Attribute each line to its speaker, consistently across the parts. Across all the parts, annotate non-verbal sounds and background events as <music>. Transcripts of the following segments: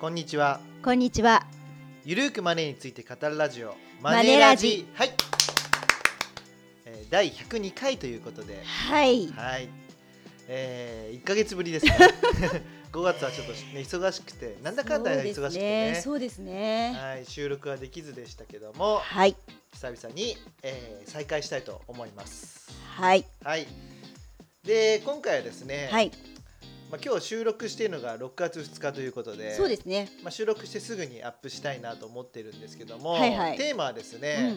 Speaker 1: こんにちは
Speaker 2: こんにちは。
Speaker 1: ゆるーくマネーについて語るラジオ
Speaker 2: マネラジ
Speaker 1: マネはい、えー、第102回ということで
Speaker 2: はい。
Speaker 1: はいえー、1か月ぶりです
Speaker 2: <laughs>
Speaker 1: ね5月はちょっとね忙しくてなんだかんだ忙しくてね
Speaker 2: そうですね。そうですね
Speaker 1: はい収録はできずでしたけども
Speaker 2: はい。
Speaker 1: 久々に、えー、再開したいと思います
Speaker 2: はい。
Speaker 1: はいで今回はですね、
Speaker 2: はい。
Speaker 1: まあ、今日収録しているのが6月2日ということで
Speaker 2: そうですね。
Speaker 1: まあ、収録してすぐにアップしたいなと思ってるんですけども、
Speaker 2: はいはい
Speaker 1: テーマはです
Speaker 2: う
Speaker 1: ね、
Speaker 2: ん。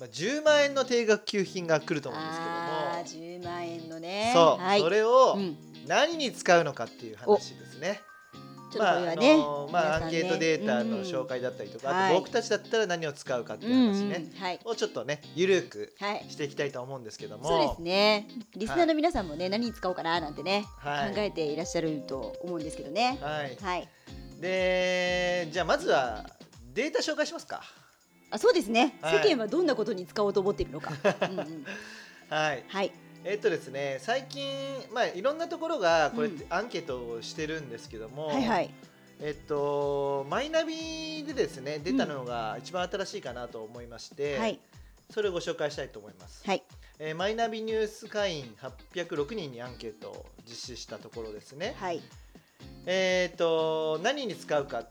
Speaker 1: まあ、10万円の定額給付金が来ると思うんですけども
Speaker 2: ああ、十万円のね。
Speaker 1: そう、
Speaker 2: はい。
Speaker 1: それを
Speaker 2: うん。
Speaker 1: 何に使うのかっていう話ですね。ま
Speaker 2: ちょっとこれ
Speaker 1: あ
Speaker 2: は
Speaker 1: あ
Speaker 2: ね。
Speaker 1: のまあ、アンケートデータの紹介
Speaker 2: 介
Speaker 1: だったりとか、
Speaker 2: うん
Speaker 1: あ
Speaker 2: はい
Speaker 1: と僕たちだったら何を使うかって
Speaker 2: う
Speaker 1: い
Speaker 2: ん
Speaker 1: う
Speaker 2: うん
Speaker 1: 話ね、
Speaker 2: うんはい。
Speaker 1: をちょっとねゆるく
Speaker 2: はい。
Speaker 1: していきたいと思うんですけども
Speaker 2: そうですね。リスナーの皆さんもね、何に使おうかななんてね、
Speaker 1: はい
Speaker 2: 考えていらっしゃると思うんですけどね。
Speaker 1: はい、
Speaker 2: はい。
Speaker 1: でじゃあまずはデータ紹介しますか。
Speaker 2: あ、そうですね。
Speaker 1: はい
Speaker 2: 世間はどんなことに使おうと思っているのか。うんうん
Speaker 1: はい、
Speaker 2: はい。
Speaker 1: えっとですね最近、まあ、いろんなところがこれ、
Speaker 2: うん
Speaker 1: アンケートをしてるんですけども、
Speaker 2: はいはい。
Speaker 1: えっと、マイナビでですね出たのが一番新しいかなと思いまして、
Speaker 2: はい。
Speaker 1: それをご紹介したいと思います、
Speaker 2: はい。
Speaker 1: えーマイナビニュース会員806人にアンケートを実施したところですね、
Speaker 2: はい。
Speaker 1: えっと何に使うか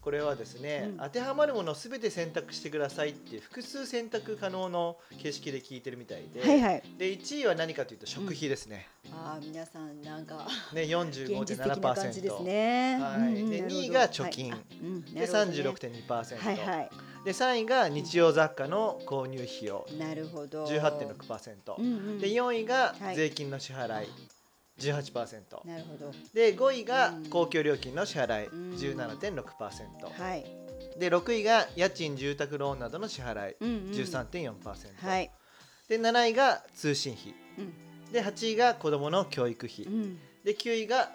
Speaker 1: これはですね、
Speaker 2: うん
Speaker 1: 当てはまるものすべて選択してくださいって複数選択可能の形式で聞いてるみたいで,、
Speaker 2: はいはい。
Speaker 1: で1位は何かというと食費ですね、
Speaker 2: ああ、皆さんなんか。
Speaker 1: ね、
Speaker 2: 現実的な感じです
Speaker 1: 45.7%、
Speaker 2: ね。
Speaker 1: はい
Speaker 2: うんうん
Speaker 1: で
Speaker 2: なるほど
Speaker 1: 2位が貯金
Speaker 2: はいあうん
Speaker 1: で
Speaker 2: なるほどね
Speaker 1: 36.2%、
Speaker 2: はいは
Speaker 1: で3位が日用雑貨の購入費用
Speaker 2: い。なるほど。
Speaker 1: 18.6%、
Speaker 2: うんうん。
Speaker 1: で4位が
Speaker 2: はい
Speaker 1: 税金の支払い18%
Speaker 2: なるほど。
Speaker 1: で5位が
Speaker 2: うん
Speaker 1: 公共料金の支払い
Speaker 2: うん
Speaker 1: 17.6%、
Speaker 2: はい。
Speaker 1: で6位が家賃住宅ローンなどの支払い
Speaker 2: うんうん。
Speaker 1: 13.4%、
Speaker 2: はい。
Speaker 1: で7位が通信費
Speaker 2: うん
Speaker 1: で8位が子どもの教育費、
Speaker 2: うん
Speaker 1: で9位が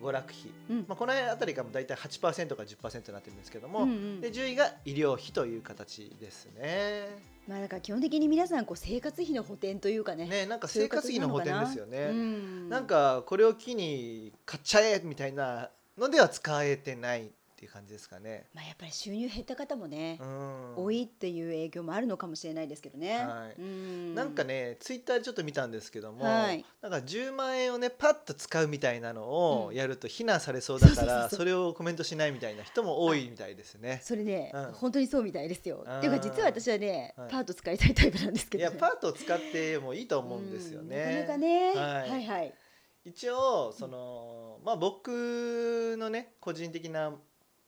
Speaker 1: 娯楽費
Speaker 2: うん。
Speaker 1: まあ、この辺あたりが大体8%か10%になってるんですけども、
Speaker 2: うんうん
Speaker 1: で10位が医療費という形ですね。
Speaker 2: まあだから基本的に皆さんこう生活費の補填というかね。
Speaker 1: ねなんか
Speaker 2: そうい
Speaker 1: 生
Speaker 2: う形
Speaker 1: 活費の補填で
Speaker 2: な
Speaker 1: すよね。
Speaker 2: う
Speaker 1: なんんかこれを機に買っちゃえみたいなのでは使えてないっていう感じですかね。
Speaker 2: まあやっぱり収入減った方もね
Speaker 1: う、ん、
Speaker 2: 多いっていう影響もあるのかもしれないですけどね。
Speaker 1: はい
Speaker 2: うん
Speaker 1: なんかねツイッターでちょっと見たんですけども、
Speaker 2: はい
Speaker 1: なんか10万円をねパッと使うみたいなのを
Speaker 2: うん
Speaker 1: やると非難されそうだか
Speaker 2: そうそうそう
Speaker 1: ら
Speaker 2: そう
Speaker 1: それをコメントしないみたいな人も多いみたいですね。
Speaker 2: それね、
Speaker 1: うん
Speaker 2: 本当にそうみたいですよ。
Speaker 1: うん
Speaker 2: っていうか実は私はね、
Speaker 1: はい
Speaker 2: パート使いたいタイプなんですけ
Speaker 1: い
Speaker 2: ど、ね。
Speaker 1: やパートを使ってもいいと思うんですよ
Speaker 2: うんな
Speaker 1: ね
Speaker 2: かな。かね、
Speaker 1: はい
Speaker 2: はいはい。
Speaker 1: 一応その、まあ、僕のね個人的な、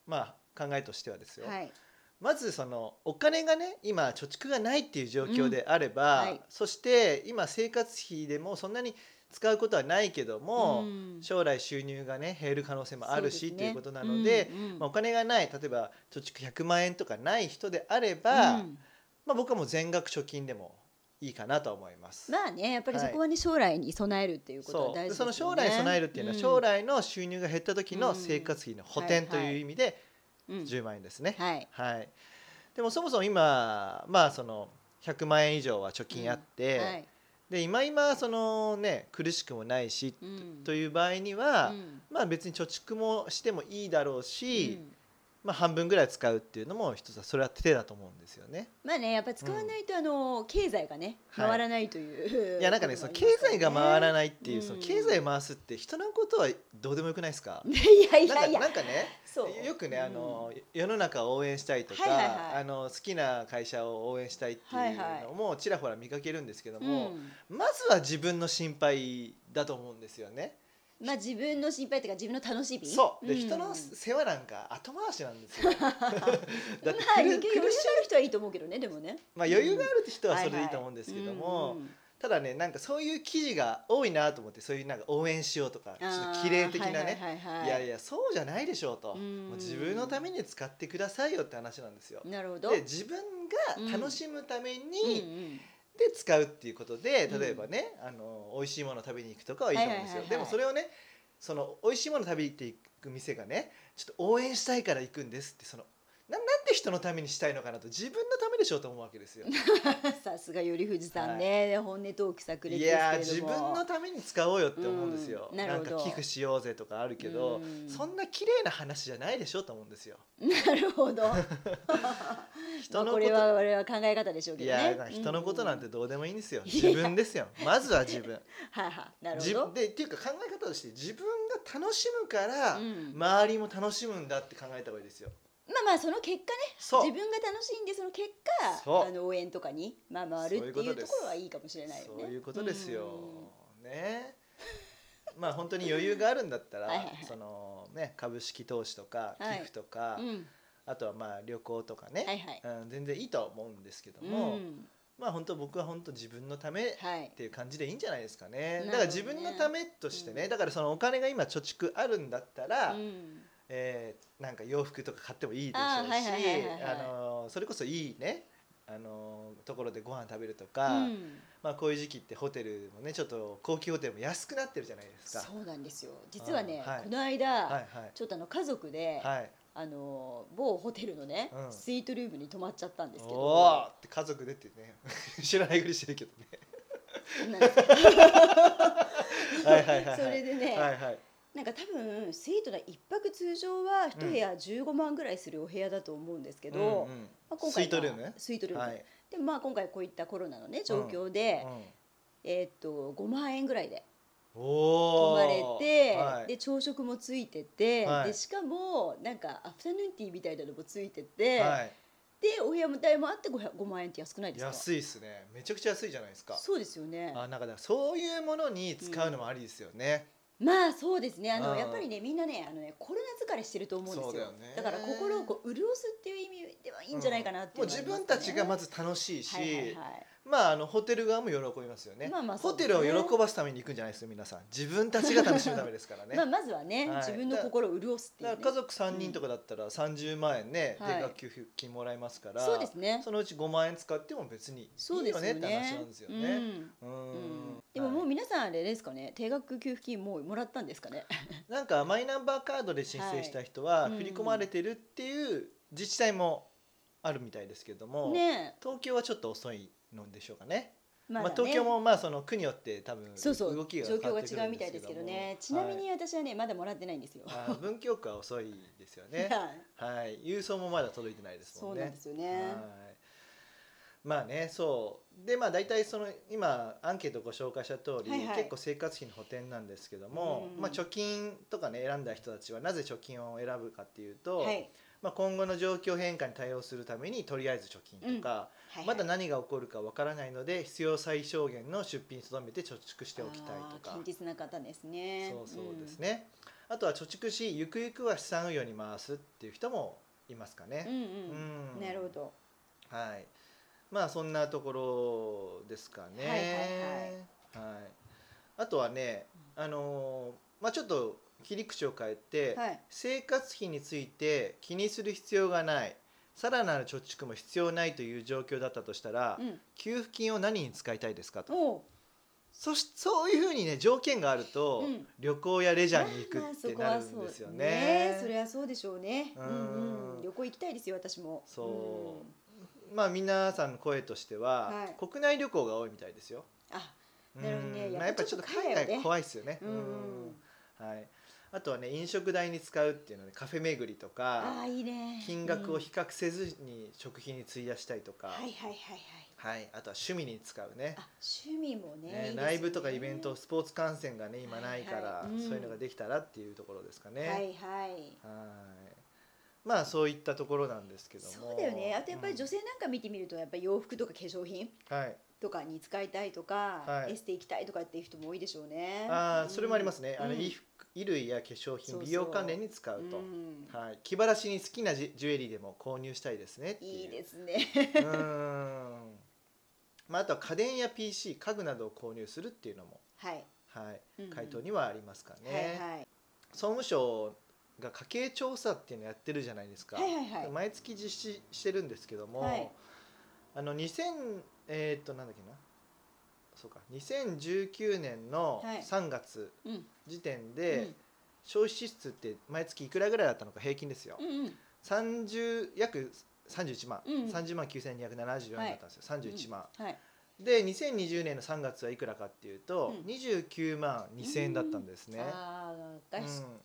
Speaker 1: まあ、考えとしてはですよ、
Speaker 2: はい。
Speaker 1: まずそのお金がね今貯蓄がないっていう状況であれば、
Speaker 2: うんはい
Speaker 1: そして今生活費でもそんなに使うことはないけども、
Speaker 2: うん
Speaker 1: 将来収入がね減る可能性もあるし、
Speaker 2: そ
Speaker 1: っ
Speaker 2: うです
Speaker 1: て
Speaker 2: ね
Speaker 1: いうことなので、
Speaker 2: うんうん
Speaker 1: まあ、お金がない例えば貯蓄100万円とかない人であれば、
Speaker 2: うん
Speaker 1: まあ、僕はもう全額貯金でもいいかなとは思います。
Speaker 2: まあね、やっぱりそこはね、将来に備えるっていうこと
Speaker 1: そう
Speaker 2: は大事
Speaker 1: で
Speaker 2: です
Speaker 1: そ
Speaker 2: よ
Speaker 1: の
Speaker 2: ね。
Speaker 1: 将来に備えるっていうのは
Speaker 2: ん
Speaker 1: 将、来の収入が減った時の生活費の補填と
Speaker 2: うんはいはいいう
Speaker 1: 意味で
Speaker 2: うん
Speaker 1: 10万円ですね。
Speaker 2: はい。
Speaker 1: はい、でもそもそも今、まあ、その100万円以上は貯金あって、
Speaker 2: はい。
Speaker 1: で今今その、ね、苦しくもないし
Speaker 2: うん
Speaker 1: という場合には、
Speaker 2: うん
Speaker 1: まあ、別に貯蓄もしてもいいだろうし、
Speaker 2: うん
Speaker 1: まあ、半分ぐらい使うっていうのも一つはそれは手だと思うんですよね。
Speaker 2: まあね、やっぱり使わないと、あの経済がね、
Speaker 1: はい
Speaker 2: 回らないという。
Speaker 1: いやなんかねその経済が回ら
Speaker 2: い。
Speaker 1: ないっていう、
Speaker 2: うん
Speaker 1: その経済回すって人のことはどうでもよくないですか
Speaker 2: <laughs> いやい
Speaker 1: なんか
Speaker 2: やいや。
Speaker 1: なんかね
Speaker 2: そう。
Speaker 1: よくね、
Speaker 2: うん
Speaker 1: あの世の中を応援したいとか、
Speaker 2: はいはいはい
Speaker 1: あの好きな会社を応援したいっていうのもちらほら見かけるんですけど
Speaker 2: う
Speaker 1: も、
Speaker 2: ん
Speaker 1: まずは自分の心配だと思うんですよね。
Speaker 2: まあ、自分の心配というか、自分の楽しみ。
Speaker 1: そうで、
Speaker 2: ん
Speaker 1: 人の世話なんか後回しなんです
Speaker 2: <laughs>
Speaker 1: よ。だって
Speaker 2: まあ、
Speaker 1: 苦
Speaker 2: 余裕
Speaker 1: 苦
Speaker 2: がある
Speaker 1: しい、
Speaker 2: 人はいいと思うけどね、でもね。
Speaker 1: まあ、余裕がある人は
Speaker 2: はい
Speaker 1: そ
Speaker 2: はい
Speaker 1: れでいいと思うんですけども、
Speaker 2: うんうん
Speaker 1: ただねなんかそういう記事が多いなと思ってそういうなんか応援しようとかちょっと綺麗的なね、
Speaker 2: あーはいはいはいはい
Speaker 1: いやいやそうじゃないでしょうと
Speaker 2: うん
Speaker 1: もう自分のために使ってくださいよって話なんですよ。
Speaker 2: なるほど。
Speaker 1: で自分が楽しむために、
Speaker 2: うん
Speaker 1: で使うっていうことで
Speaker 2: うん
Speaker 1: 例えばね、あの美味しいもの食べに行くとかはいいと思うんですよ、
Speaker 2: はいはいはいはい
Speaker 1: でもそれをねその美味しいもの食べに行っていく店がねちょっと応援したいから行くんですってそのななんで人のためにしたいのかなと自分のためでしょうと思うわけ
Speaker 2: <laughs>
Speaker 1: ですよ。
Speaker 2: さすがより富士さんね、本音トーク炸裂で
Speaker 1: い
Speaker 2: すけれども
Speaker 1: やー自分のために使おうよって思うんですよ。
Speaker 2: うんなるほど
Speaker 1: んか寄付しようぜとかあるけど、
Speaker 2: うん
Speaker 1: そんな綺麗な話じゃないでしょうと思うんですよ。
Speaker 2: なるほどま
Speaker 1: <laughs> 人
Speaker 2: あ
Speaker 1: の
Speaker 2: こ
Speaker 1: こ
Speaker 2: れ
Speaker 1: と
Speaker 2: は我々は考え方でしょうけ
Speaker 1: い
Speaker 2: どね
Speaker 1: やー人のことなんて
Speaker 2: う
Speaker 1: どうでもいいんですよ。
Speaker 2: うん
Speaker 1: 自分ですよ。まずは自分。
Speaker 2: はいはいなる
Speaker 1: 自
Speaker 2: ほ
Speaker 1: 分
Speaker 2: ど
Speaker 1: でっていうか考え方として自分が楽しむから、
Speaker 2: うん
Speaker 1: 周りも楽しむんだって考えた方がいいですよ。
Speaker 2: まあまあその結果ね
Speaker 1: そう
Speaker 2: 自分が楽しんでその結
Speaker 1: そう
Speaker 2: 果あの応援とかにまあ回るっていう
Speaker 1: そう
Speaker 2: とこ
Speaker 1: いうことです
Speaker 2: ろはいいかもしれないよね
Speaker 1: そういうことですよ。ね。 <laughs> まあ本当に余裕があるんだったら、
Speaker 2: はいはいはい
Speaker 1: そのね株式投資とか
Speaker 2: はい
Speaker 1: 寄付とか、
Speaker 2: うんうん
Speaker 1: あとはまあ旅行とかね、
Speaker 2: はいはい
Speaker 1: うん、全然いいとは思うんですけども、
Speaker 2: うん
Speaker 1: まあ本当僕は本当自分のためっ
Speaker 2: はい
Speaker 1: ていう感じでいいんじゃないですかね。
Speaker 2: なるほど
Speaker 1: だ
Speaker 2: ね
Speaker 1: から自分のためとしてね、だからそのお金が今貯蓄あるんだったら、
Speaker 2: うん
Speaker 1: えーなんか洋服とか買ってもいいでしょ
Speaker 2: あーは
Speaker 1: う
Speaker 2: いはいはいはい
Speaker 1: し、
Speaker 2: はい
Speaker 1: あのーそれこそいいね。あのーところでご飯食べると
Speaker 2: う
Speaker 1: か、
Speaker 2: ん
Speaker 1: まあ、こういう時期ってホテルもねちょっと高級ホテルも安くなってるじゃないですか。
Speaker 2: そうなんですよ実はね
Speaker 1: あはい
Speaker 2: この間、
Speaker 1: はいはい
Speaker 2: ちょっとあの家族で、
Speaker 1: はい、
Speaker 2: あの某ホテルのね、
Speaker 1: うん
Speaker 2: スイートルームに泊まっちゃったんですけ
Speaker 1: おおー
Speaker 2: ど
Speaker 1: って家族でってね知らないふりしてるけど
Speaker 2: <laughs>
Speaker 1: ね。
Speaker 2: なんか
Speaker 1: <laughs> はいはいはいはい。
Speaker 2: それでね
Speaker 1: はいはい。
Speaker 2: なんか多分スイートが一泊通常は一部屋15万ぐらいするお部屋だと思うんですけど、
Speaker 1: うんうん
Speaker 2: まあ、今回は
Speaker 1: スイートルーム
Speaker 2: スイートルーム、
Speaker 1: はい。
Speaker 2: でまあ今回こういったコロナのね状況で、えーっと5万円ぐらいで
Speaker 1: うん、お
Speaker 2: 泊
Speaker 1: お。
Speaker 2: まれて、
Speaker 1: はい、
Speaker 2: で朝食もついてて、
Speaker 1: はい
Speaker 2: でしかもなんかアフタヌーンティーみたいなのもついてて、
Speaker 1: はい、
Speaker 2: でお部屋も代もあって 5, 5万円って安くないですか
Speaker 1: 安いですね。めちゃくちゃ安いじゃないですか。
Speaker 2: そうですよね
Speaker 1: あなんかだからそういうものに使うのもありですよね。
Speaker 2: まあそうですねあの、
Speaker 1: うん
Speaker 2: やっぱりねみんなねあのねコロナ疲れしてると思うんですよ
Speaker 1: そうだよね
Speaker 2: から心をこう潤すっていう意味ではいいんじゃないかなって
Speaker 1: も
Speaker 2: い
Speaker 1: う
Speaker 2: のはあ
Speaker 1: 自
Speaker 2: ります
Speaker 1: 分
Speaker 2: ね
Speaker 1: たちがまず楽しいし、
Speaker 2: はいはいはい
Speaker 1: まああのホテル側も喜びますよね。
Speaker 2: まあまあ
Speaker 1: ホ
Speaker 2: そうで
Speaker 1: テ
Speaker 2: すね
Speaker 1: ルを喜ばすために行くんじゃないですよ皆さん。自分たちが楽しむためですからね。
Speaker 2: <laughs> まあ、まずはね、
Speaker 1: はい
Speaker 2: 自分の心を潤すっていう、
Speaker 1: だ
Speaker 2: ね、
Speaker 1: から家族3人とかだったら30万円ね、
Speaker 2: はい
Speaker 1: で学級金もらえますから
Speaker 2: そうですね
Speaker 1: そのうち5万円使っても別にい
Speaker 2: そう
Speaker 1: い
Speaker 2: です
Speaker 1: よ
Speaker 2: よ
Speaker 1: ね
Speaker 2: ね
Speaker 1: って話なんですよ
Speaker 2: う
Speaker 1: ね。
Speaker 2: ん
Speaker 1: うーん
Speaker 2: うんでももう
Speaker 1: は
Speaker 2: 皆さんあれですかね定額給付金もうもらったんですかね
Speaker 1: いなんかマイナンバーカードで申請した人は
Speaker 2: はい
Speaker 1: 振り込まれてるっていう自治体もあるみたいですけども、
Speaker 2: ね
Speaker 1: 東京はちょっと遅いのでしょうかね。
Speaker 2: え
Speaker 1: ま
Speaker 2: だ
Speaker 1: あ
Speaker 2: ね
Speaker 1: 東京もまあその区によって多分
Speaker 2: そうそう
Speaker 1: 動きが
Speaker 2: 状
Speaker 1: 変
Speaker 2: 況
Speaker 1: わ
Speaker 2: が
Speaker 1: ってくる
Speaker 2: 違うんみたい
Speaker 1: で
Speaker 2: ですす
Speaker 1: け
Speaker 2: け
Speaker 1: ど
Speaker 2: ど
Speaker 1: も
Speaker 2: ねちなみ
Speaker 1: はい
Speaker 2: に私はねまだもらってないんですよ、
Speaker 1: あー文京区は遅いですよね。
Speaker 2: はい
Speaker 1: はい、郵送もまだ届いてないです
Speaker 2: <laughs> そ
Speaker 1: も
Speaker 2: うんなん
Speaker 1: ね
Speaker 2: で。すよ
Speaker 1: は
Speaker 2: ね
Speaker 1: いまあねそうでまあ大体その今アンケートご紹介した通り、
Speaker 2: はいはい
Speaker 1: 結構生活費の補填なんですけども、
Speaker 2: うん
Speaker 1: まあ、貯金とかね選んだ人たちはなぜ貯金を選ぶかっていうと、
Speaker 2: はい
Speaker 1: まあ、今後の状況変化に対応するためにとりあえず貯金とか、
Speaker 2: はい
Speaker 1: まだ何が起こるかわからないので必要最小限の出費にとどめて貯蓄しておきたいと
Speaker 2: あ
Speaker 1: か
Speaker 2: ー堅実な方ですね
Speaker 1: そうそうですね、あとは貯蓄しゆくゆくは資産運用に回すっていう人もいますか
Speaker 2: うんう
Speaker 1: ね。
Speaker 2: ん、
Speaker 1: うん
Speaker 2: なるほど
Speaker 1: はい。まあそんなところですかね。はいあとはね、あのーまあちょっと切り口を変えて、
Speaker 2: はい
Speaker 1: 生活費について気にする必要がない。さらなる貯蓄も必要ないという状況だったとしたら、
Speaker 2: うん
Speaker 1: 給付金を何に使いたいですかと。
Speaker 2: おう
Speaker 1: そしそういうふうにね条件があると、
Speaker 2: うん
Speaker 1: 旅行やレジャーに行
Speaker 2: まあまあ
Speaker 1: く
Speaker 2: そ
Speaker 1: って
Speaker 2: こ
Speaker 1: な
Speaker 2: は
Speaker 1: るん
Speaker 2: そう
Speaker 1: ですよ
Speaker 2: ね
Speaker 1: ね。
Speaker 2: それはそうでしょうね
Speaker 1: う
Speaker 2: うんんうん旅行行きたいですよ私も
Speaker 1: そうんまあ皆さんの声としては、
Speaker 2: はい
Speaker 1: 国内旅行が多いみたいですよ。
Speaker 2: あ
Speaker 1: うん
Speaker 2: なるほどね
Speaker 1: まあ、や
Speaker 2: や
Speaker 1: っ
Speaker 2: っ
Speaker 1: ぱ
Speaker 2: ぱ
Speaker 1: ち
Speaker 2: ち
Speaker 1: ょ
Speaker 2: ょ
Speaker 1: っ
Speaker 2: っ
Speaker 1: と
Speaker 2: と
Speaker 1: 海
Speaker 2: 海外
Speaker 1: 外
Speaker 2: ね
Speaker 1: 怖いですよね。
Speaker 2: うんうん
Speaker 1: うんはい。あとはね飲食代に使うっていうのでカフェ巡りと
Speaker 2: あ
Speaker 1: か
Speaker 2: ーいいね
Speaker 1: 金額を
Speaker 2: うん
Speaker 1: 比較せずに食費に費やしたりとか、
Speaker 2: はいはいはいはい
Speaker 1: はいあとは趣味に使うね
Speaker 2: あ趣味もねいい
Speaker 1: ね
Speaker 2: ですよね
Speaker 1: ライブとかイベントスポーツ観戦がね今ないから、
Speaker 2: はいはいうん
Speaker 1: そういうのができたらっていうところですかね。
Speaker 2: はい
Speaker 1: は
Speaker 2: はいい
Speaker 1: まあそういったところなんですけども
Speaker 2: そうだよねあとやっぱり女、性なんか見てみるとやっぱり洋服とか化粧品
Speaker 1: うんはい
Speaker 2: とかに使いたいとか、
Speaker 1: はい
Speaker 2: エステ行きたいとかっていう人も多いでしょうね
Speaker 1: あ
Speaker 2: う
Speaker 1: ー
Speaker 2: ん
Speaker 1: それもありますね、あの
Speaker 2: うん
Speaker 1: 衣服衣類や化粧
Speaker 2: そうそ
Speaker 1: 品
Speaker 2: う
Speaker 1: 美容関連に使うと、
Speaker 2: うん
Speaker 1: はい、気晴らしに好きなジュジュエリーでも購入したいですねっていう
Speaker 2: いいですね <laughs>
Speaker 1: うーん、まあ、あとは家電や PC 家具などを購入するっていうのも、
Speaker 2: はい
Speaker 1: はい
Speaker 2: うんうん、
Speaker 1: 回答にはありますかね、
Speaker 2: はいはい
Speaker 1: 総務省が家計調査っていうのやってるじゃないですか、
Speaker 2: はいはいはい
Speaker 1: 毎月実施してるんですけども、
Speaker 2: はい
Speaker 1: あの2000えーっとなんだっけなそうか2019年の
Speaker 2: はい
Speaker 1: 3月、
Speaker 2: うん
Speaker 1: 時点で、消費支出って毎月いくらぐらいだったのか平均ですよ、
Speaker 2: うんうん
Speaker 1: 30約31万、
Speaker 2: うん
Speaker 1: 30万9270円だったんですよ、31万、
Speaker 2: はい
Speaker 1: で2020年の3月はいくらかっていうと、
Speaker 2: うん
Speaker 1: 29万2000円だったんですね、
Speaker 2: ああ
Speaker 1: うん
Speaker 2: 外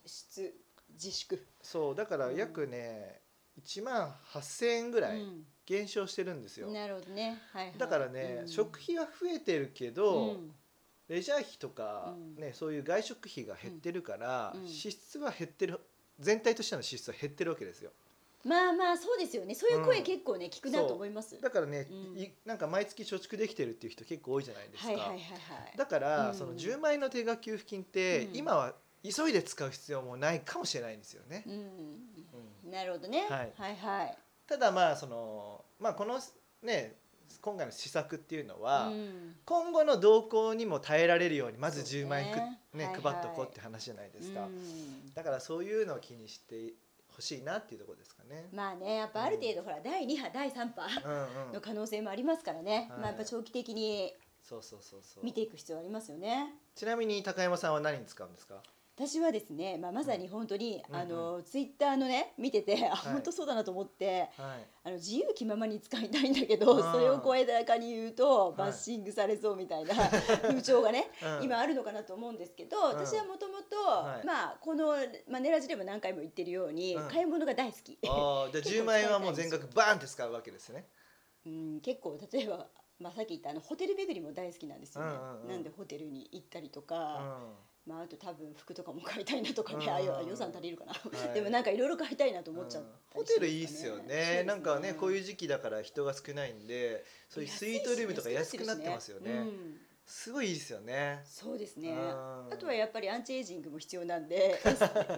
Speaker 2: 出自粛
Speaker 1: そうだから約ね、1万8000円ぐらい
Speaker 2: うん
Speaker 1: 減少してるんですよ、
Speaker 2: なるほどねはいはい
Speaker 1: だからね、
Speaker 2: うん
Speaker 1: 食費は増えてるけ
Speaker 2: う
Speaker 1: ど、
Speaker 2: ん
Speaker 1: レジャー費とか、
Speaker 2: うん
Speaker 1: ね、そういう外食費が減ってるから、
Speaker 2: うんうん
Speaker 1: 支出は減ってる全体としての支出は減ってるわけですよ
Speaker 2: まあまあそうですよねそういう
Speaker 1: う
Speaker 2: 声
Speaker 1: ん
Speaker 2: 結構ね聞くなと思います
Speaker 1: だからね、
Speaker 2: うん
Speaker 1: いなんか毎月貯蓄できてるっていう人結構多いじゃないですか、
Speaker 2: はいはいはいはい
Speaker 1: だから、
Speaker 2: うん
Speaker 1: その10万円の定額給付金って、
Speaker 2: うん
Speaker 1: 今は急いで使う必要もないかもしれないんですよね、
Speaker 2: うん
Speaker 1: うん
Speaker 2: なるほどね
Speaker 1: はい
Speaker 2: はいはい
Speaker 1: ただまあそのまあこのね今回の施策っていうのは、
Speaker 2: うん
Speaker 1: 今後の動向にも耐えられるようにまず
Speaker 2: そうね
Speaker 1: 10万円く、ね
Speaker 2: はいはい
Speaker 1: 配っとこうって話じゃないですか、
Speaker 2: うん
Speaker 1: だからそういうのを気にしてほしいなっていうところですかね。
Speaker 2: まあねやっぱある程度ほら第2波第3波
Speaker 1: うんう
Speaker 2: の
Speaker 1: ん、
Speaker 2: 可能性もありますからね
Speaker 1: はい
Speaker 2: まあやっぱ長期的に
Speaker 1: そうそうそうそう
Speaker 2: 見ていく必要ありますよね
Speaker 1: ちなみに高山さんは何に使うんですか
Speaker 2: 私はですね、まあ、まさに本当に、
Speaker 1: うん
Speaker 2: あのツイッターのね見てて、あ
Speaker 1: はい
Speaker 2: 本当そうだなと思って
Speaker 1: はい
Speaker 2: あの自由気ままに使いたいんだけど
Speaker 1: あー
Speaker 2: それを声高に言うと
Speaker 1: い
Speaker 2: バッシングされそうみたいな風潮がね、
Speaker 1: うん
Speaker 2: 今あるのかなと思うんですけど、
Speaker 1: ん
Speaker 2: 私はもとも
Speaker 1: はい
Speaker 2: とまあこの「マネラジ」でも何回も言ってるように、
Speaker 1: うん
Speaker 2: 買い物が大好き。
Speaker 1: あーじゃあ10万円はもう全額バーンって使うわけですね。
Speaker 2: うん、結構例えば、まあ、さっき言ったあのホテル巡りも大好きなんですよ
Speaker 1: う
Speaker 2: ね、
Speaker 1: んうんうん
Speaker 2: なんでホテルに行ったりと
Speaker 1: うん
Speaker 2: か、まあ、あと多分服とかも買いたいなとかね、
Speaker 1: うん
Speaker 2: あよ予算足りるかな、
Speaker 1: い
Speaker 2: <laughs> でもなんかいろいろ買いたいなと思っちゃったり
Speaker 1: ホテルいいっすよねなんかねこういうう時期だから人が少ないんでそういうスイートルームとか安くなってますよね、
Speaker 2: うん
Speaker 1: すごいいいっすよね
Speaker 2: そうですね
Speaker 1: うん
Speaker 2: あとはやっぱりアンチエイジングも必要なん
Speaker 1: <laughs>
Speaker 2: でエステなんか久々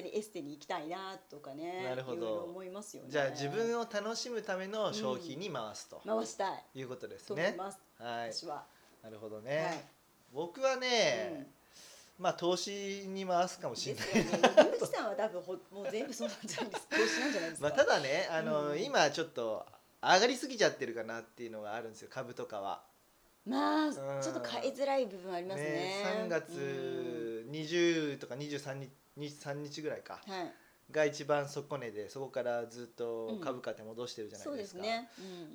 Speaker 2: にエステに行きたいなとかね
Speaker 1: なるほど
Speaker 2: いろいろ思いますよね
Speaker 1: じゃあ自分を楽しむための消費に回すと
Speaker 2: 回したい
Speaker 1: いうことです
Speaker 2: と思い
Speaker 1: ね、
Speaker 2: ます、
Speaker 1: はい
Speaker 2: 私は、
Speaker 1: なるほど
Speaker 2: は
Speaker 1: ね
Speaker 2: い、
Speaker 1: 僕は
Speaker 2: う
Speaker 1: ね
Speaker 2: ん、
Speaker 1: まあ投資に回すかもしれ
Speaker 2: で
Speaker 1: ない
Speaker 2: すよね。山口さんは多分ほもう全部そうなんじゃないですか。投資なんじゃないで
Speaker 1: <laughs>
Speaker 2: す
Speaker 1: ま
Speaker 2: か。
Speaker 1: あただねあの、
Speaker 2: うん
Speaker 1: 今ちょっと上がりすぎちゃってるかなっていうのがあるんですよ株とかは。
Speaker 2: まあ、
Speaker 1: ん
Speaker 2: ちょっと買いづらい部分ありますね。
Speaker 1: 3月20とか23日23日ぐらいか
Speaker 2: うん、はい。
Speaker 1: が一番底値でそこからずっと株価って戻してるじゃな
Speaker 2: そう
Speaker 1: い
Speaker 2: で
Speaker 1: です
Speaker 2: す
Speaker 1: か。
Speaker 2: ね。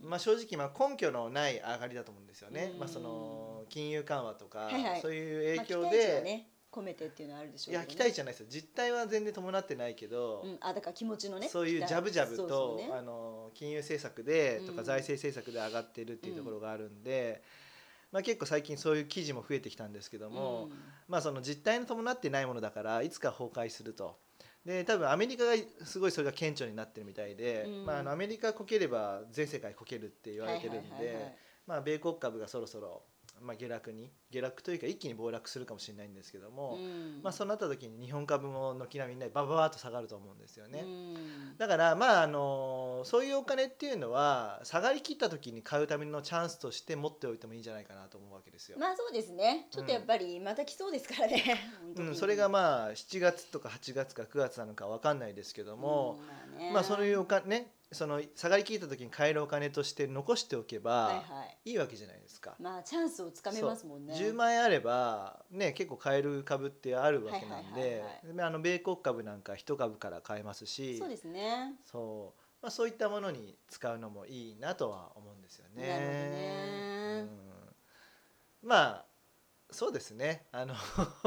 Speaker 2: うん
Speaker 1: まあ、正直まあ根拠のない上がりだと思うんですよね、
Speaker 2: うん
Speaker 1: まあ、その金融緩和とか、
Speaker 2: はいはい
Speaker 1: そういう影響
Speaker 2: まあ期待値
Speaker 1: で、
Speaker 2: をね、込めてっていうのはあるでしょ
Speaker 1: いう
Speaker 2: けど、
Speaker 1: や
Speaker 2: ね。
Speaker 1: 期待値じゃないですよ実態は全然伴ってないけど、
Speaker 2: うん、あだから気持ちのね。
Speaker 1: そういうジャブジャブと
Speaker 2: そうそうね
Speaker 1: あの金融政策でと
Speaker 2: う
Speaker 1: か
Speaker 2: ん
Speaker 1: 財政政策で上がってるっていうところがあるんで、まあ、結構最近そういう記事も増えてきたんですけども、
Speaker 2: うん
Speaker 1: まあ、その実態に伴ってないものだからいつか崩壊すると。で多分アメリカがすごいそれが顕著になってるみたいで、
Speaker 2: うん
Speaker 1: まあ、あのアメリカこければ全世界こけるって言われてるんで、
Speaker 2: はいはいはいはい
Speaker 1: まあ、米国株がそろそろ、まあ、下落に下落というか一気に暴落するかもしれないんですけども、
Speaker 2: うん
Speaker 1: まあ、そうなった時に日本株も軒並みねバババーっと下がると思うんですよね。
Speaker 2: うん
Speaker 1: だからまああのそういうお金っていうのは下がりきった時に買うためのチャンスとして持っておいてもいいんじゃないかなと思うわけですよ。
Speaker 2: まあそうですね。ちょっとやっぱりまた来そうですからね。本当
Speaker 1: う
Speaker 2: に
Speaker 1: ん、それがまあ7月とか8月か9月なのかわかんないですけども、
Speaker 2: うんまあね
Speaker 1: まあそういうお金ねその下がりきった時に買えるお金として残しておけ
Speaker 2: はい
Speaker 1: ば
Speaker 2: はい。
Speaker 1: いいわけじゃないですか。
Speaker 2: まあチャンスをつかめますもんね。
Speaker 1: 10万円あれば、ね、結構買える株ってあるわけなん
Speaker 2: はいはい
Speaker 1: で
Speaker 2: はい
Speaker 1: であの米国株なんか1株から買えますし
Speaker 2: そうですね。
Speaker 1: そう、まあ、そういったものに使うのもいいなとは思うんですよね。
Speaker 2: なるほどね
Speaker 1: うん、まあそうですねあの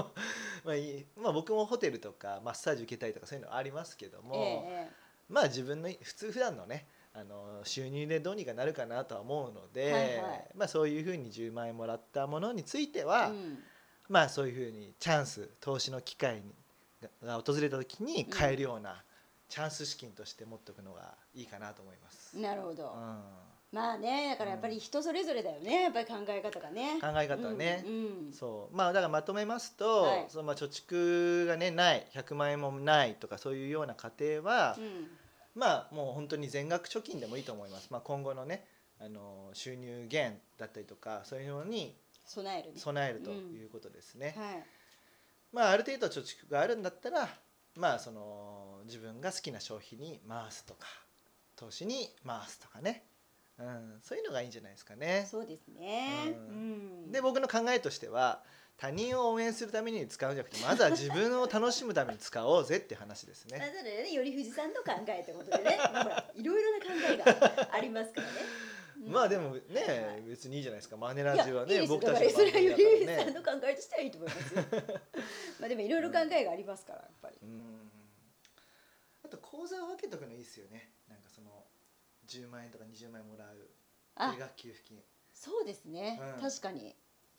Speaker 1: <laughs> まあいい、まあ、僕もホテルとかマッサージ受けたりとかそういうのはありますけど
Speaker 2: ええ
Speaker 1: も、
Speaker 2: ええ
Speaker 1: まあ自分の普通普段のねあの収入でどうにかなるかなとは思うので、
Speaker 2: はいはい
Speaker 1: まあ、そういうふうに10万円もらったものについては、
Speaker 2: うん
Speaker 1: まあそういうふうにチャンス投資の機会にがが訪れた時に買えるようなチャンス資金として持っておくのがいいかなと思います。
Speaker 2: なるほど、
Speaker 1: うん
Speaker 2: まあねだからやっぱり人それぞれだよねやっぱり考え方がね
Speaker 1: 考え方はね、
Speaker 2: うんうん
Speaker 1: そうまあだからまとめますと、
Speaker 2: はい
Speaker 1: そのまあ貯蓄がねない100万円もないとかそういうような家庭は、
Speaker 2: うん
Speaker 1: まあもう本当に全額貯金でもいいと思います、まあ、今後のねあの収入源だったりとかそういうのに
Speaker 2: 備えるね
Speaker 1: 備えるということですね、
Speaker 2: はい
Speaker 1: まあある程度貯蓄があるんだったらまあその自分が好きな消費に回すとか投資に回すとかね、うん、そういうのがいいんじゃないですかね
Speaker 2: そうですね
Speaker 1: う
Speaker 2: うんん
Speaker 1: で僕の考えとしては他人を応援するために使うんじゃなくてまずは自分を楽しむために使おうぜって話です
Speaker 2: まあ
Speaker 1: ね。
Speaker 2: そうだよねより富士山の考えってことで
Speaker 1: <laughs>
Speaker 2: ねまあほらいろいろな考えがありますからね、うん
Speaker 1: まあでもね、
Speaker 2: はい
Speaker 1: 別にいいじゃないですかマネラジはね
Speaker 2: いやいいですよ
Speaker 1: 僕たちの番
Speaker 2: だからそれは
Speaker 1: 組
Speaker 2: よ
Speaker 1: だ
Speaker 2: り富士
Speaker 1: から
Speaker 2: 山
Speaker 1: ね。
Speaker 2: の考えとしてはいいと思います <laughs> よまあでもいろいろ考えがありますからやっぱり
Speaker 1: うんあと口座を分けとくのいいですよねなんかその10万円とか20万円もらう
Speaker 2: あ
Speaker 1: 定額給付金
Speaker 2: そうですね、
Speaker 1: うん
Speaker 2: 確かに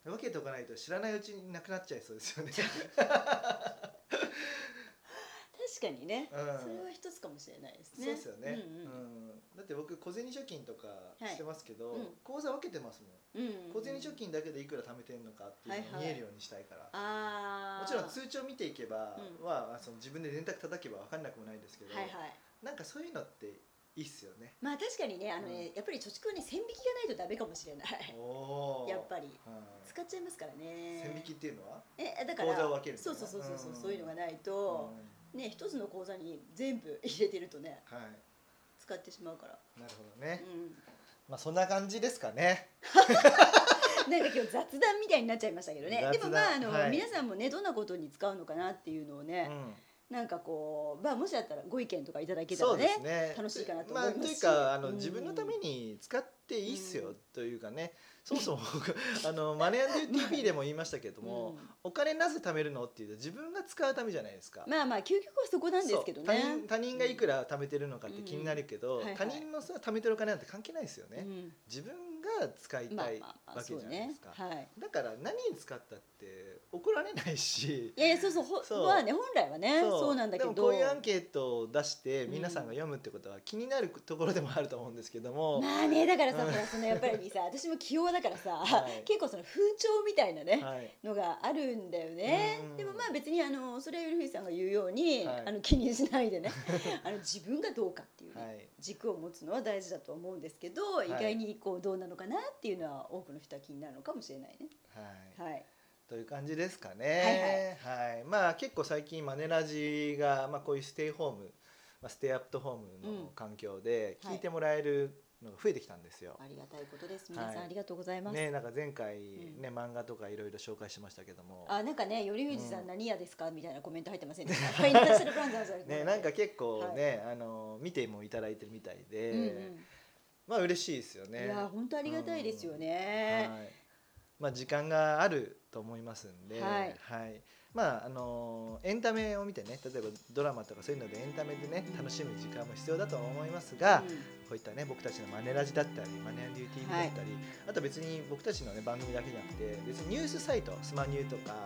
Speaker 1: 分けとかないと知らないうちになくなっちゃいそうです
Speaker 2: <laughs>
Speaker 1: よね。
Speaker 2: 確かにね、
Speaker 1: うん
Speaker 2: それは一つかもしれないです
Speaker 1: そうですよね、
Speaker 2: ねうん
Speaker 1: うん
Speaker 2: うん
Speaker 1: だって僕小銭貯金とかしてますけど、
Speaker 2: はいうん
Speaker 1: 口座分けてますも
Speaker 2: うん
Speaker 1: ん小銭貯金だけでいくら貯めてるのかっていうのを
Speaker 2: はいは
Speaker 1: 見え
Speaker 2: い
Speaker 1: るようにしたいから、も
Speaker 2: ああ
Speaker 1: ちろん通帳見ていけば
Speaker 2: うん
Speaker 1: は、その自分で電卓叩けば分かんなくもないんですけど、
Speaker 2: はいはい
Speaker 1: なんかそういうのっていいっすよね。
Speaker 2: まあ確かにねあの
Speaker 1: う
Speaker 2: ね、やっぱり貯蓄はね線引きがないとダメかもしれな
Speaker 1: <laughs>
Speaker 2: い
Speaker 1: おー
Speaker 2: やっぱ
Speaker 1: う
Speaker 2: り
Speaker 1: ん
Speaker 2: 使っちゃいますからね
Speaker 1: 線引きっていうのは、
Speaker 2: えだか
Speaker 1: 口
Speaker 2: ら
Speaker 1: 座を分けるみた
Speaker 2: そ
Speaker 1: いうな
Speaker 2: そうそうそ
Speaker 1: う
Speaker 2: うそう
Speaker 1: ん
Speaker 2: そういうのがない
Speaker 1: うん
Speaker 2: と、ね一つの口座に全部入れてるとね
Speaker 1: はい
Speaker 2: 使ってしまうから、
Speaker 1: なるほどね、
Speaker 2: う
Speaker 1: まあそんな感じですかね
Speaker 2: ん、なんか今日雑談みたいになっちゃいましたけどね
Speaker 1: 雑談
Speaker 2: でもまああの、
Speaker 1: はい
Speaker 2: 皆さんもねどんなことに使うのかなっていうのを
Speaker 1: う
Speaker 2: ね、
Speaker 1: ん
Speaker 2: なんかこうまあもしだったらご意見とかいただけた
Speaker 1: そ
Speaker 2: ら
Speaker 1: うで
Speaker 2: ね
Speaker 1: すね
Speaker 2: 楽しいかなと
Speaker 1: まあ、
Speaker 2: 思い
Speaker 1: と
Speaker 2: ます
Speaker 1: い
Speaker 2: し
Speaker 1: うかあの、
Speaker 2: うん
Speaker 1: 自分のために使っていいっす
Speaker 2: う
Speaker 1: よ
Speaker 2: ん
Speaker 1: という <laughs> かね、そもそも僕あのマネー &TV でも言いましたけども、お金なぜ貯めるのっていうと自分が使うためじゃないですか。
Speaker 2: うんまあまあ究極はそこなんですけどね
Speaker 1: そう他人他人がいくら貯めてるのかって気になるけど、
Speaker 2: うんはいはい
Speaker 1: 他人のさ貯めてるお金なんて関係ないですよね、自分が使い
Speaker 2: うん、まあ
Speaker 1: たい、
Speaker 2: まあまあ
Speaker 1: わけ
Speaker 2: そ
Speaker 1: じ
Speaker 2: う
Speaker 1: ゃない
Speaker 2: ね
Speaker 1: ですか
Speaker 2: はい
Speaker 1: だから何に使ったって怒られないし
Speaker 2: いやいやそうそうほ
Speaker 1: そう
Speaker 2: まあね本来はねそうなんだけど
Speaker 1: でもこういうアンケートを出して皆さんが読むってことは気になるところでもあると思うんですけども、
Speaker 2: まあねだからさ、
Speaker 1: うん
Speaker 2: ほらそのやっぱりさ私も器用だからさ、
Speaker 1: はい
Speaker 2: 結構その風潮みたいなね、
Speaker 1: はい、
Speaker 2: のがあるんだよね
Speaker 1: うん
Speaker 2: でもまあ別にあのそれよりふいさんが言うように、
Speaker 1: はい
Speaker 2: あの気にしな
Speaker 1: <laughs>
Speaker 2: いでねあの自分がどうかっていうね、
Speaker 1: はい
Speaker 2: 軸を持つのは大事だと思うんですけど、
Speaker 1: い
Speaker 2: 意外にこうどうなのかなっていうのは多くの人は気になるのかもしれないね。
Speaker 1: はい、
Speaker 2: はい、
Speaker 1: という感じですかね。はい、まあ結構最近マネラジがまあこういうステイホーム、まあステイアップホーム
Speaker 2: うん
Speaker 1: の環境で
Speaker 2: はい
Speaker 1: 聞いてもらえるのが増えてきたんですよ。
Speaker 2: ありがたいことです皆さん、
Speaker 1: はい
Speaker 2: ありがとうございます。
Speaker 1: ね、なんか前回ね、漫画とかいろいろ紹介しましたけども、
Speaker 2: あなんかね、よりふじさ
Speaker 1: うんん
Speaker 2: 何屋ですか、みたいなコメント入ってませんでした。
Speaker 1: <laughs>
Speaker 2: ファインダーシャルブランザーズ
Speaker 1: ね、なんか結構ね、あの見てもいただいてるみたいで、
Speaker 2: うんうん
Speaker 1: まあ嬉しいですよね。
Speaker 2: いや本当ありがたいですよ
Speaker 1: は
Speaker 2: ね。
Speaker 1: いまあ、時間があると思いますんで、
Speaker 2: はい
Speaker 1: まああのエンタメを見てね例えばドラマとかそういうのでエンタメでね楽しむ時間も必要だとは思いますが、こ
Speaker 2: う
Speaker 1: ういったね僕たちのマネラジだったりマネアンデュー TV だったり、あと別に僕たちの、ね、番組だけじゃなくて別にニュースサイトスマニューとか、
Speaker 2: ん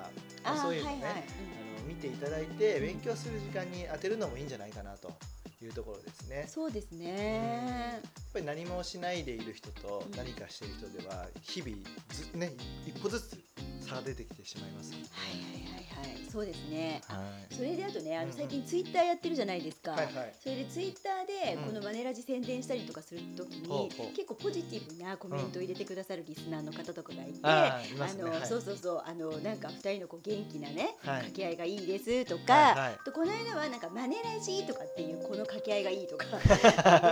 Speaker 1: まあそういうのね、
Speaker 2: はいはい
Speaker 1: あの見ていただいて勉強する時間に当てるのもいいんじゃないかなというところですね
Speaker 2: うん。そうですね。
Speaker 1: やっぱり何もしないでいる人と
Speaker 2: うん
Speaker 1: 何かしている人では日々ず、ね、一歩ずつ差が出てきてしまいます、
Speaker 2: はいはいはいはい、そうですね。
Speaker 1: はい
Speaker 2: それであとね、あ
Speaker 1: うん
Speaker 2: の
Speaker 1: うん
Speaker 2: 最近ツイッターやってるじゃないですか。
Speaker 1: はいはい
Speaker 2: それでツイッターで
Speaker 1: うん
Speaker 2: このマネラジ宣伝したりとかするときに、
Speaker 1: ほうほう
Speaker 2: 結構ポジティブなコメントを入れてくださるリスナーの方とかがいて、
Speaker 1: あーいますね
Speaker 2: の、
Speaker 1: はい
Speaker 2: そうそうそうあのなんか二人のこう元気なね、
Speaker 1: はい
Speaker 2: 掛け合いがいいですとか、
Speaker 1: はいはい
Speaker 2: あとこの間はなんかマネラジとかっていうこの掛け合いがいいとか言ってくださっ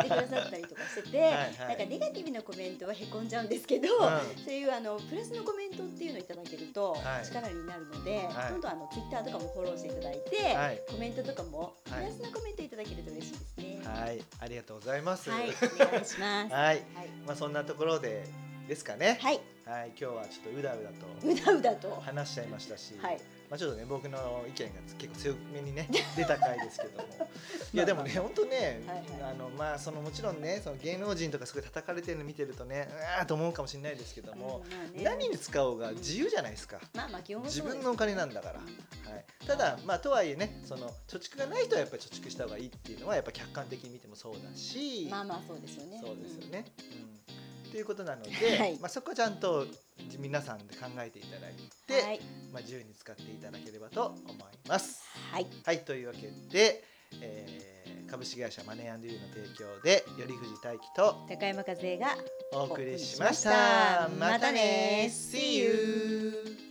Speaker 2: たりとかしてて、
Speaker 1: はいはい
Speaker 2: なんかネガティブなコメントはへこんじゃうんですけど、
Speaker 1: ん
Speaker 2: そういうあのプラスのコメントっていうのをいただけると
Speaker 1: はい
Speaker 2: 力になるので、
Speaker 1: はい
Speaker 2: どんどんあのツイッターとかもフォローしていただいて、
Speaker 1: はい
Speaker 2: コメントとかもプ
Speaker 1: はい
Speaker 2: ラスのコメントいただけると嬉しいですね。
Speaker 1: はい、ありがとうございます。
Speaker 2: はい、
Speaker 1: は
Speaker 2: お願いします。はい、
Speaker 1: いまあ、そんなところでですかね。
Speaker 2: はい、
Speaker 1: はい、今日はちょっとうだうだ
Speaker 2: うだうだと、
Speaker 1: と話しちゃいましたし、
Speaker 2: はい、
Speaker 1: まあ、ちょっとね、僕の意見が結構強めにね、 <laughs> 出た回ですけ
Speaker 2: <laughs>
Speaker 1: ども。いや、でもね、本当ね、
Speaker 2: はいはい
Speaker 1: あの、まあ、そのもちろんね、その芸能人とかすごい叩かれてるの見てるとね、うわーと思うかもしれないですけども。
Speaker 2: うんまあね
Speaker 1: 何に使おうが自由じゃないですか、
Speaker 2: まあまあ基本は
Speaker 1: 自
Speaker 2: そうです
Speaker 1: 分のお金なんだから、
Speaker 2: う
Speaker 1: はい、ただまあとはいえねその貯蓄がない人はやっぱり貯蓄した方がいいっていうのはやっぱ客観的に見てもそうだし、
Speaker 2: まあまあそうですよね。
Speaker 1: そうですよ
Speaker 2: ん。
Speaker 1: ね。うんということなので、
Speaker 2: はい
Speaker 1: まあ、そこはちゃんと皆さんで考えていただいて、
Speaker 2: はい、
Speaker 1: まあ、自由に使っていただければと思います。
Speaker 2: はい、
Speaker 1: はいというわけで、えー株式会社マネーユーの提供で頼藤大樹と
Speaker 2: 高山和恵が
Speaker 1: お送りしました。
Speaker 2: お送りしましたまたね
Speaker 1: See you!